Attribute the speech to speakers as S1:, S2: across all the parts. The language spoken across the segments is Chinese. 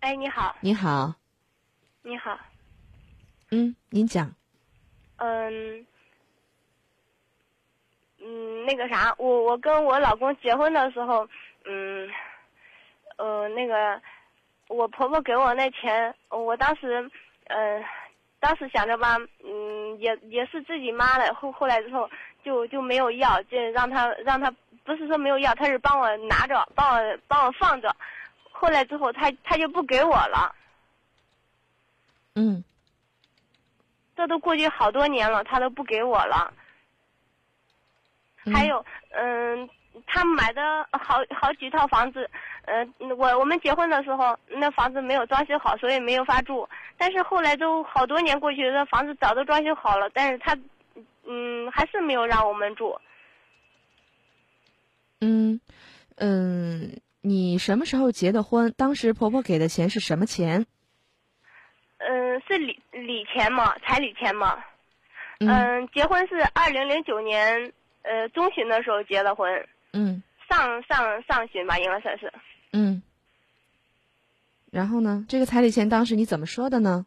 S1: 哎，你好，
S2: 你好，
S1: 你好，
S2: 嗯，您讲，
S1: 嗯，嗯，那个啥，我我跟我老公结婚的时候，嗯，呃，那个我婆婆给我那钱，我当时，嗯、当时想着吧，嗯，也也是自己妈的，后后来之后就就没有要，就让她让她不是说没有要，她是帮我拿着，帮我帮我放着，后来之后她她就不给我了。
S2: 嗯
S1: 这都过去好多年了，他都不给我了。
S2: 嗯
S1: 还有，嗯，他买的好好几套房子，嗯、我我们结婚的时候，那房子没有装修好，所以没有法住。但是后来都好多年过去，那房子早都装修好了，但是他，嗯，还是没有让我们住。
S2: 嗯嗯，你什么时候结的婚？当时婆婆给的钱是什么钱？
S1: 嗯，是礼礼钱嘛，彩礼钱嘛。
S2: 嗯
S1: 嗯，结婚是二零零九年呃中旬的时候结的婚，
S2: 嗯
S1: 上上上旬吧，应该算是。
S2: 嗯。然后呢？这个彩礼钱当时你怎么说的呢？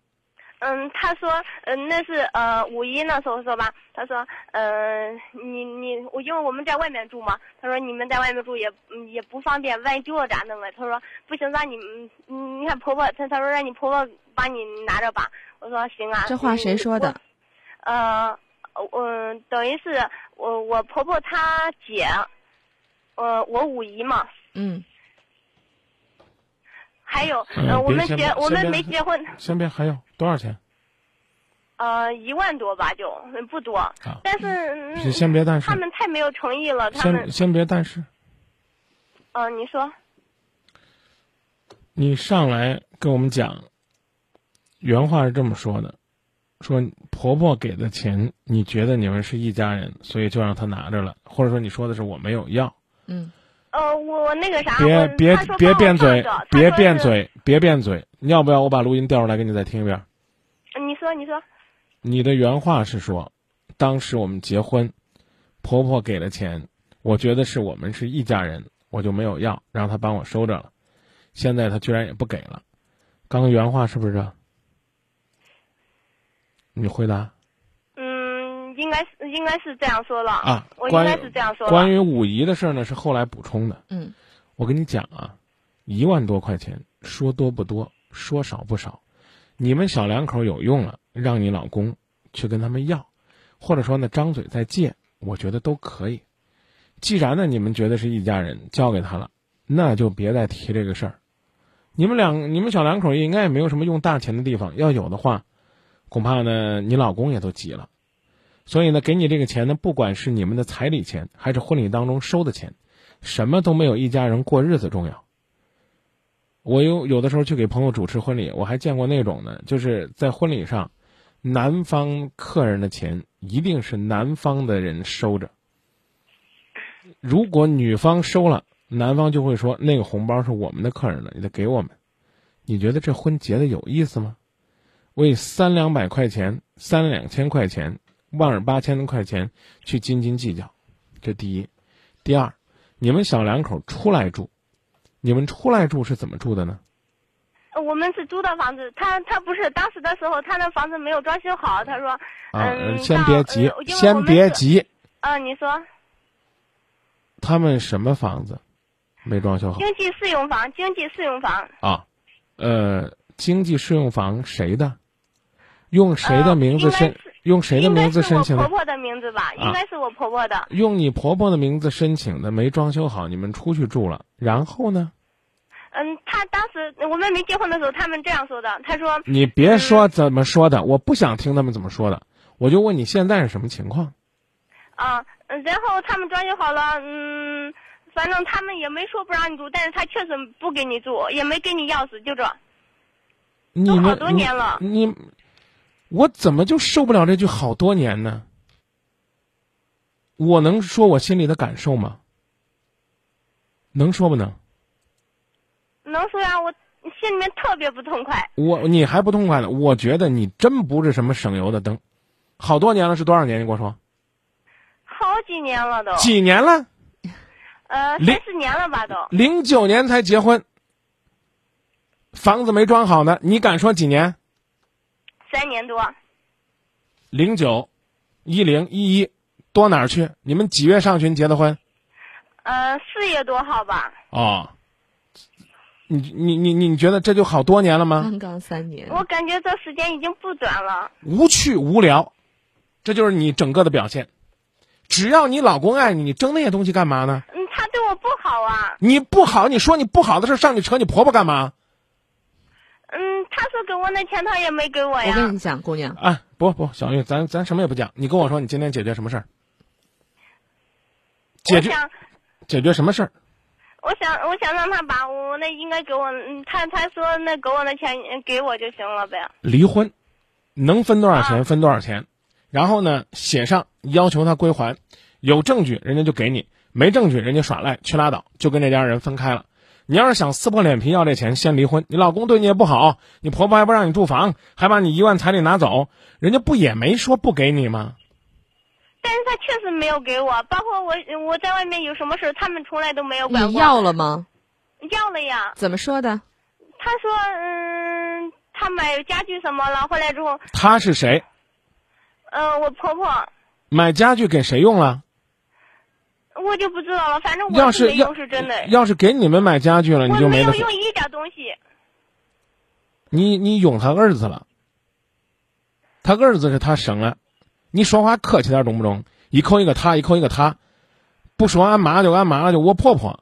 S1: 嗯，他说，嗯、那是呃五一那时候说吧，他说，嗯、你你我因为我们在外面住嘛，他说你们在外面住也嗯也不方便，万一丢了咋弄啊？他说不行，让你嗯嗯你看婆婆，他他说让你婆婆帮你拿着吧。我说行啊。
S2: 这话谁
S1: 嗯
S2: 说的？？
S1: 我呃，我、等于是我我婆婆她姐，呃我五姨嘛，
S2: 嗯
S1: 还有
S3: 嗯
S1: 呃我
S3: 别
S1: 们
S3: 先
S1: 结
S3: 不
S1: 我们
S3: 先
S1: 没
S3: 别
S1: 结婚，
S3: 身边还有多少钱？
S1: 呃一万多吧就嗯不多，
S3: 啊
S1: 但是、嗯
S3: 先先别但是
S1: 他，们太没有诚意了，他们
S3: 先，先别但是，
S1: 嗯、你说，
S3: 你上来跟我们讲，原话是这么说的：说婆婆给的钱，你觉得你们是一家人，所以就让她拿着了，或者说你说的是我没有要，
S2: 嗯
S1: 呃，我那个啥，
S3: 别
S1: 我
S3: 别
S1: 他说
S3: 别
S1: 帮我
S3: 变嘴
S1: 放着，
S3: 别
S1: 他说
S3: 变
S1: 是
S3: 嘴，别变嘴，你要不要我把录音调出来给你再听一遍？
S1: 你说你说，
S3: 你的原话是说，当时我们结婚，婆婆给了钱，我觉得是我们是一家人，我就没有要，让她帮我收着了。现在她居然也不给了，刚刚原话是不是这？你回答
S1: 嗯，应该是应该是这样说了
S3: 啊？
S1: 我应
S3: 关
S1: 该
S3: 于
S1: 是这样说
S3: 关
S1: 了，
S3: 于五姨的事儿呢，是后来补充的。
S2: 嗯
S3: 我跟你讲啊，一万多块钱，说多不多，说少不少。你们小两口有用了，让你老公去跟他们要，或者说呢，张嘴再借，我觉得都可以。既然呢，你们觉得是一家人，交给他了，那就别再提这个事儿。你们两，你们小两口也应该也没有什么用大钱的地方，要有的话，恐怕呢，你老公也都急了。所以呢，给你这个钱呢，不管是你们的彩礼钱，还是婚礼当中收的钱，什么都没有一家人过日子重要。我有有的时候去给朋友主持婚礼，我还见过那种呢，就是在婚礼上，男方客人的钱一定是男方的人收着。如果女方收了，男方就会说那个红包是我们的客人的，你得给我们。你觉得这婚结的有意思吗？为三两百块钱、三两千块钱、万儿八千的块钱去斤斤计较，这第一。第二，你们小两口出来住，你们出来住是怎么住的呢？
S1: 呃我们是租的房子，他他不是当时的时候，他那房子没有装修好，他说，
S3: 啊，
S1: 嗯，
S3: 先
S1: 到
S3: 别
S1: 呃，因
S3: 急
S1: 为我
S3: 先
S1: 们
S3: 别
S1: 是，
S3: 急。
S1: 嗯、你
S3: 哦
S1: 说，
S3: 他们什么房子没装修好
S1: 经济适用房，经济适用房，
S3: 啊？呃，经济适用房谁的？用谁的名字
S1: 呃应该
S3: 申？
S1: 是
S3: 用谁的
S1: 应该
S3: 名
S1: 是
S3: 字申
S1: 我
S3: 请
S1: 婆
S3: 的？啊
S1: 婆的名字吧，应该是我婆婆的，
S3: 用你婆婆的名字申请的，没装修好，你们出去住了，然后呢？
S1: 嗯，他当时我们没结婚的时候，他们这样说的，他说，
S3: 你
S1: 嗯
S3: 别说怎么说的，我不想听他们怎么说的，我就问你现在是什么情况？
S1: 啊，嗯然后他们装修好了，嗯，反正他们也没说不让你住，但是他确实不给你住，也没给你钥匙，就这。
S3: 你
S1: 都好
S3: 们
S1: 多
S3: 你
S1: 年了
S3: 你我怎么就受不了这句“好多年”呢？我能说我心里的感受吗？能说不能？
S1: 能说呀，我心里面特别不痛快。
S3: 我你还不痛快呢？我觉得你真不是什么省油的灯。好多年了，是多少年？你跟我说
S1: 好几年了都，
S3: 几年了？
S1: 呃，
S3: 零
S1: 三四年了吧都。
S3: 零九年才结婚，房子没装好呢，你敢说几年？
S1: 三年多，
S3: 零九、一零、一一，多哪儿去？你们几月上旬结的婚？
S1: 呃，四月多号吧，
S3: 哦，你你你你觉得这就好多年了
S1: 嗯
S3: 吗？
S2: 刚刚三年，
S1: 啊我感觉这时间已经不短了。
S3: 无趣无聊，这就是你整个的表现。只要你老公爱你，你争那些东西干嘛呢？
S1: 嗯，他对我不好啊。
S3: 你不好，你说你不好的事儿上去扯你婆婆干嘛？
S1: 嗯，他说给我那钱，他也没给我
S2: 我
S1: 呀。
S2: 跟你讲，姑娘，
S3: 啊，不不，小玉，咱咱什么也不讲，你跟我说你今天解决什么事儿？解
S1: 我
S3: 决
S1: 想，
S3: 解决什么事儿？
S1: 我想，我想让他把我那应该给我，嗯他他说那给我那钱嗯给我就行了呗。
S3: 离婚，能分多少钱
S1: 啊
S3: 分多少钱，然后呢写上要求他归还，有证据人家就给你，没证据人家耍赖去拉倒，就跟这家人分开了。你要是想撕破脸皮要这钱，先离婚。你老公对你也不好，你婆婆还不让你住房，还把你一万彩礼拿走，人家不也没说不给你吗？
S1: 但是他确实没有给我，包括我我在外面有什么事，他们从来都没有管
S2: 你
S1: 过。
S2: 要了吗？
S1: 要了呀，
S2: 怎么说的？
S1: 他说嗯，他买家具什么了，回来之后，
S3: 他是谁？
S1: 呃，我婆婆
S3: 买家具给谁用了？
S1: 我就不知道了，反正
S3: 要
S1: 我
S3: 是
S1: 没
S3: 要
S1: 用是真的，
S3: 要是给你们买家具了，你
S1: 我
S3: 就
S1: 没
S3: 没
S1: 有
S3: 得说
S1: 用。一点东西。
S3: 你你用他儿子了，他儿子是他生了，你说话客气点中不中？一口一个他，一口一个他，不说俺妈就俺妈了，就我婆婆。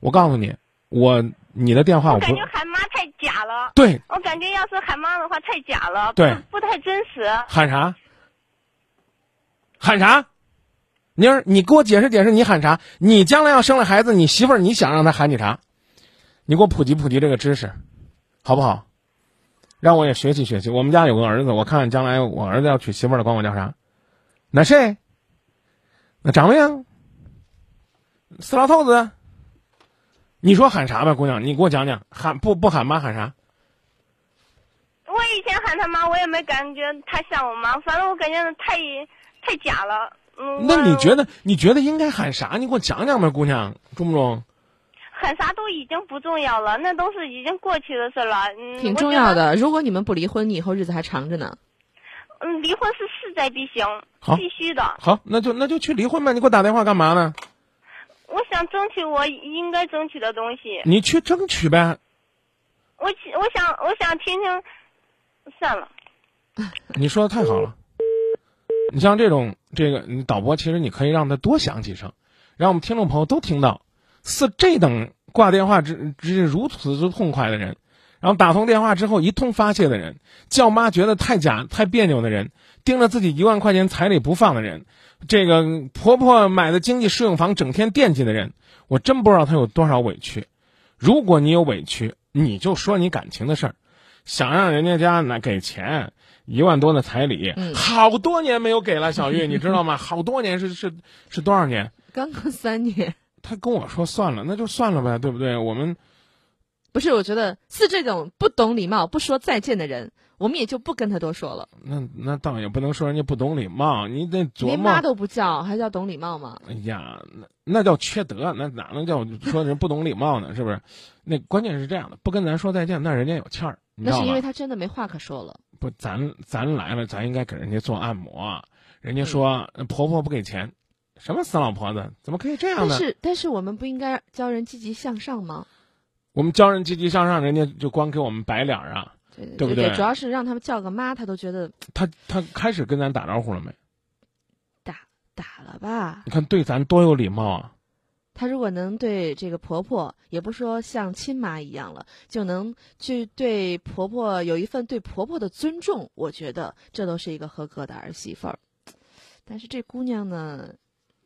S3: 我告诉你，我你的电话
S1: 我
S3: 我不
S1: 感觉喊妈太假了，
S3: 对
S1: 我感觉要是喊妈的话太假了，
S3: 对
S1: 不不太真实。
S3: 喊啥？喊啥？妮儿，你给我解释解释，你喊啥？你将来要生了孩子，你媳妇儿你想让她喊你啥？你给我普及普及这个知识，好不好？让我也学习学习。我们家有个儿子，我看将来我儿子要娶媳妇儿了，管我叫啥？那谁？那掌柜啊？死老头子？啊你说喊啥吧，姑娘？你给我讲讲，喊不不喊妈喊啥？
S1: 我以前喊他妈，我也没感觉他像我妈，反正我感觉太太假了。嗯，
S3: 那
S1: 我
S3: 你觉得你觉得应该喊啥？你给我讲讲呗，姑娘，中不中？
S1: 喊啥都已经不重要了，那都是已经过去的事了。嗯，
S2: 挺
S1: 我
S2: 重
S1: 觉
S2: 要
S1: 得。
S2: 的。如果你们不离婚，你以后日子还长着呢。
S1: 嗯，离婚是势在必行
S3: 好，
S1: 必须的。
S3: 好，那就那就去离婚呗。你给我打电话干嘛呢？
S1: 我想争取我应该争取的东西。
S3: 你去争取呗。
S1: 我起我想我想听听，算了，
S3: 你说的太好了。你像这种这个你导播，其实你可以让他多响几声，让我们听众朋友都听到。似这等挂电话之之如此之痛快的人，然后打通电话之后一通发泄的人，叫妈觉得太假太别扭的人，盯着自己一万块钱彩礼不放的人，这个婆婆买的经济适用房整天惦记的人，我真不知道他有多少委屈。如果你有委屈，你就说你感情的事儿，想让人家家拿给钱一万多的彩礼，
S2: 嗯
S3: 好多年没有给了，小玉，你知道吗？好多年是是是多少年？
S2: 刚刚三年，
S3: 他跟我说算了，那就算了呗，对不对？我们
S2: 不是？我觉得是这种不懂礼貌、不说再见的人，我们也就不跟他多说了。
S3: 那那倒也不能说人家不懂礼貌，你得琢
S2: 连
S3: 磨
S2: 妈。都不叫，还叫懂礼貌吗？
S3: 哎呀，那那叫缺德，那哪能叫说人不懂礼貌呢？是不是？那关键是这样的，不跟咱说再见，那人家有欠儿，你知
S2: 那
S3: 道
S2: 是因为
S3: 吗？
S2: 他真的没话可说了。
S3: 不，咱咱来了，咱应该给人家做按摩。啊人家
S2: 嗯
S3: 说、呃婆婆不给钱，什么死老婆子，怎么可以这样
S2: 但
S3: 呢？
S2: 是，但是我们不应该教人积极向上吗？
S3: 我们教人积极向上，人家就光给我们摆脸儿啊。
S2: 对
S3: 对不
S2: 对
S3: 对
S2: 主要是让他们叫个妈，他都觉得
S3: 他他开始跟咱打招呼了没？
S2: 打打了吧。
S3: 你看对咱多有礼貌啊！
S2: 她如果能对这个婆婆，也不说像亲妈一样了，就能去对婆婆有一份对婆婆的尊重，我觉得这都是一个合格的儿媳妇儿。但是这姑娘呢，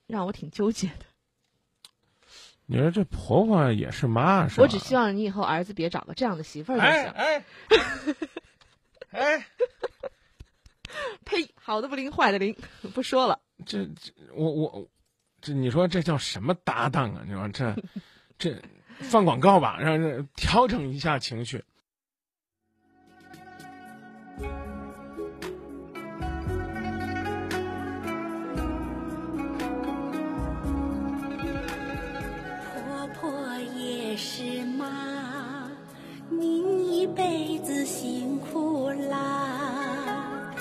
S2: 让我挺纠结的。
S3: 你说这婆婆也是妈是吧？
S2: 我只希望你以后儿子别找个这样的媳妇儿就
S3: 哎
S2: 行。
S3: 哎哎，
S2: 呸，好的不灵，坏的灵，不说了。
S3: 这这我我这你说这叫什么搭档啊？你说这这放广告吧，让让调整一下情绪。
S4: 婆婆也是妈，您也。一辈子辛苦啦，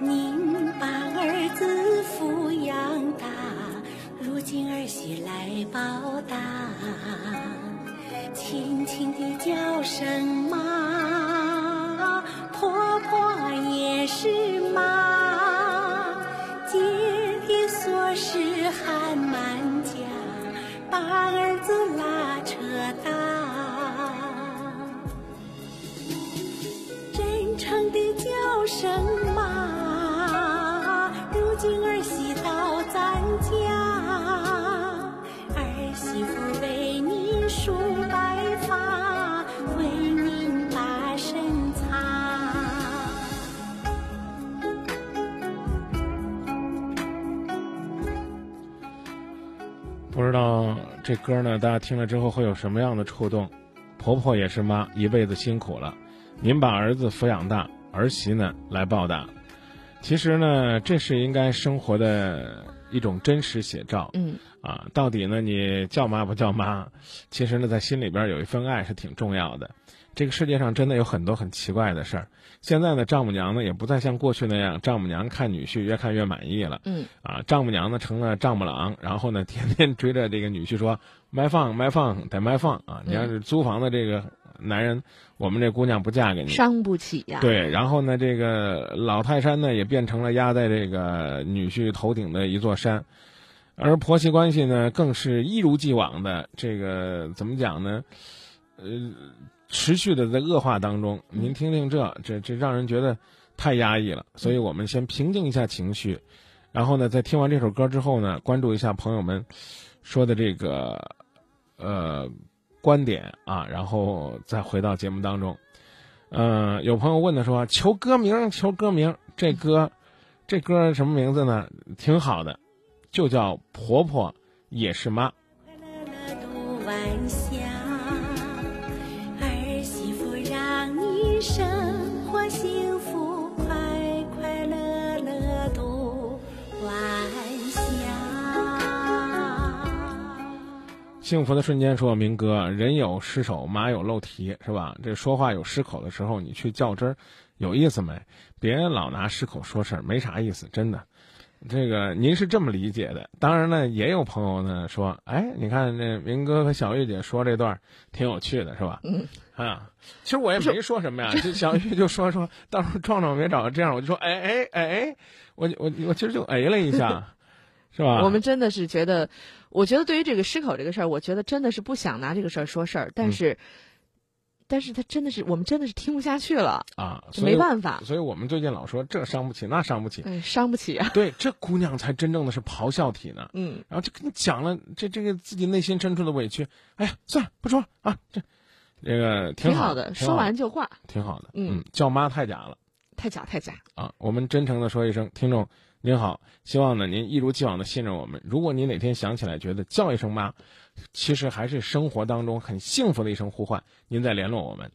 S4: 您把儿子抚养大，如今儿媳来报答。轻轻地叫声妈，婆婆也是妈，姐的琐事还满家，把儿子拉扯大。真诚的叫声妈，如今儿媳到咱家，儿媳妇为您梳白发，为您把身擦。
S3: 不知道这歌呢，大家听了之后会有什么样的触动？婆婆也是妈，一辈子辛苦了，您把儿子抚养大，儿媳呢来报答。其实呢，这是应该生活的一种真实写照。
S2: 嗯
S3: 啊，到底呢你叫妈不叫妈？其实呢，在心里边有一份爱是挺重要的。这个世界上真的有很多很奇怪的事儿。现在呢，丈母娘呢也不再像过去那样，丈母娘看女婿越看越满意了。
S2: 嗯，
S3: 啊，丈母娘呢成了丈母郎，然后呢天天追着这个女婿说买房买房得买房啊！你要是租房的这个男人，我们这姑娘不嫁给你。
S2: 伤不起呀、，
S3: 嗯对，然后呢，这个老泰山呢也变成了压在这个女婿头顶的一座山，而婆媳关系呢更是一如既往的这个怎么讲呢？呃，持续的在恶化当中。您听听这，这这让人觉得太压抑了，所以我们先平静一下情绪，然后呢，在听完这首歌之后呢，关注一下朋友们说的这个呃观点啊，然后再回到节目当中。嗯，有朋友问的说，求歌名，求歌名，这歌，这歌什么名字呢？挺好的，就叫《婆婆也是妈》。
S4: 快乐乐度晚霞，儿媳妇让你生活幸福，快快乐乐度晚霞。
S3: 幸福的瞬间说，明哥，人有失手，马有漏蹄，是吧？这说话有失口的时候，你去较真儿，有意思没？别老拿失口说事儿，没啥意思，真的。这个您是这么理解的，当然呢，也有朋友呢说，哎，你看这明哥和小玉姐说这段儿挺有趣的，是吧？嗯。啊，其实我也没说什么呀，就小玉就说说，到时候壮壮别找这样，我就说，哎哎哎哎，我我我其实就哎了一下，是吧？
S2: 我们真的是觉得，我觉得对于这个失口这个事儿，我觉得真的是不想拿这个事儿说事儿，
S3: 嗯
S2: 但是，但是他真的是，我们真的是听不下去了，
S3: 啊，
S2: 就
S3: 所以
S2: 没办法
S3: 所以我们最近老说这伤不起，那伤不起。
S2: 哎，伤不起啊，
S3: 对，这姑娘才真正的是咆哮体呢。
S2: 嗯，
S3: 然后就跟你讲了这这个自己内心深处的委屈，哎呀，算了，不说了啊，这这个
S2: 挺
S3: 好
S2: 的，
S3: 挺
S2: 说
S3: 好
S2: 完就挂，
S3: 挺好的，
S2: 嗯
S3: 嗯，叫妈太假了。
S2: 太假太假，
S3: 啊，我们真诚的说一声，听众您好，希望呢您一如既往的信任我们。如果您哪天想起来觉得叫一声妈，其实还是生活当中很幸福的一声呼唤，您再联络我们。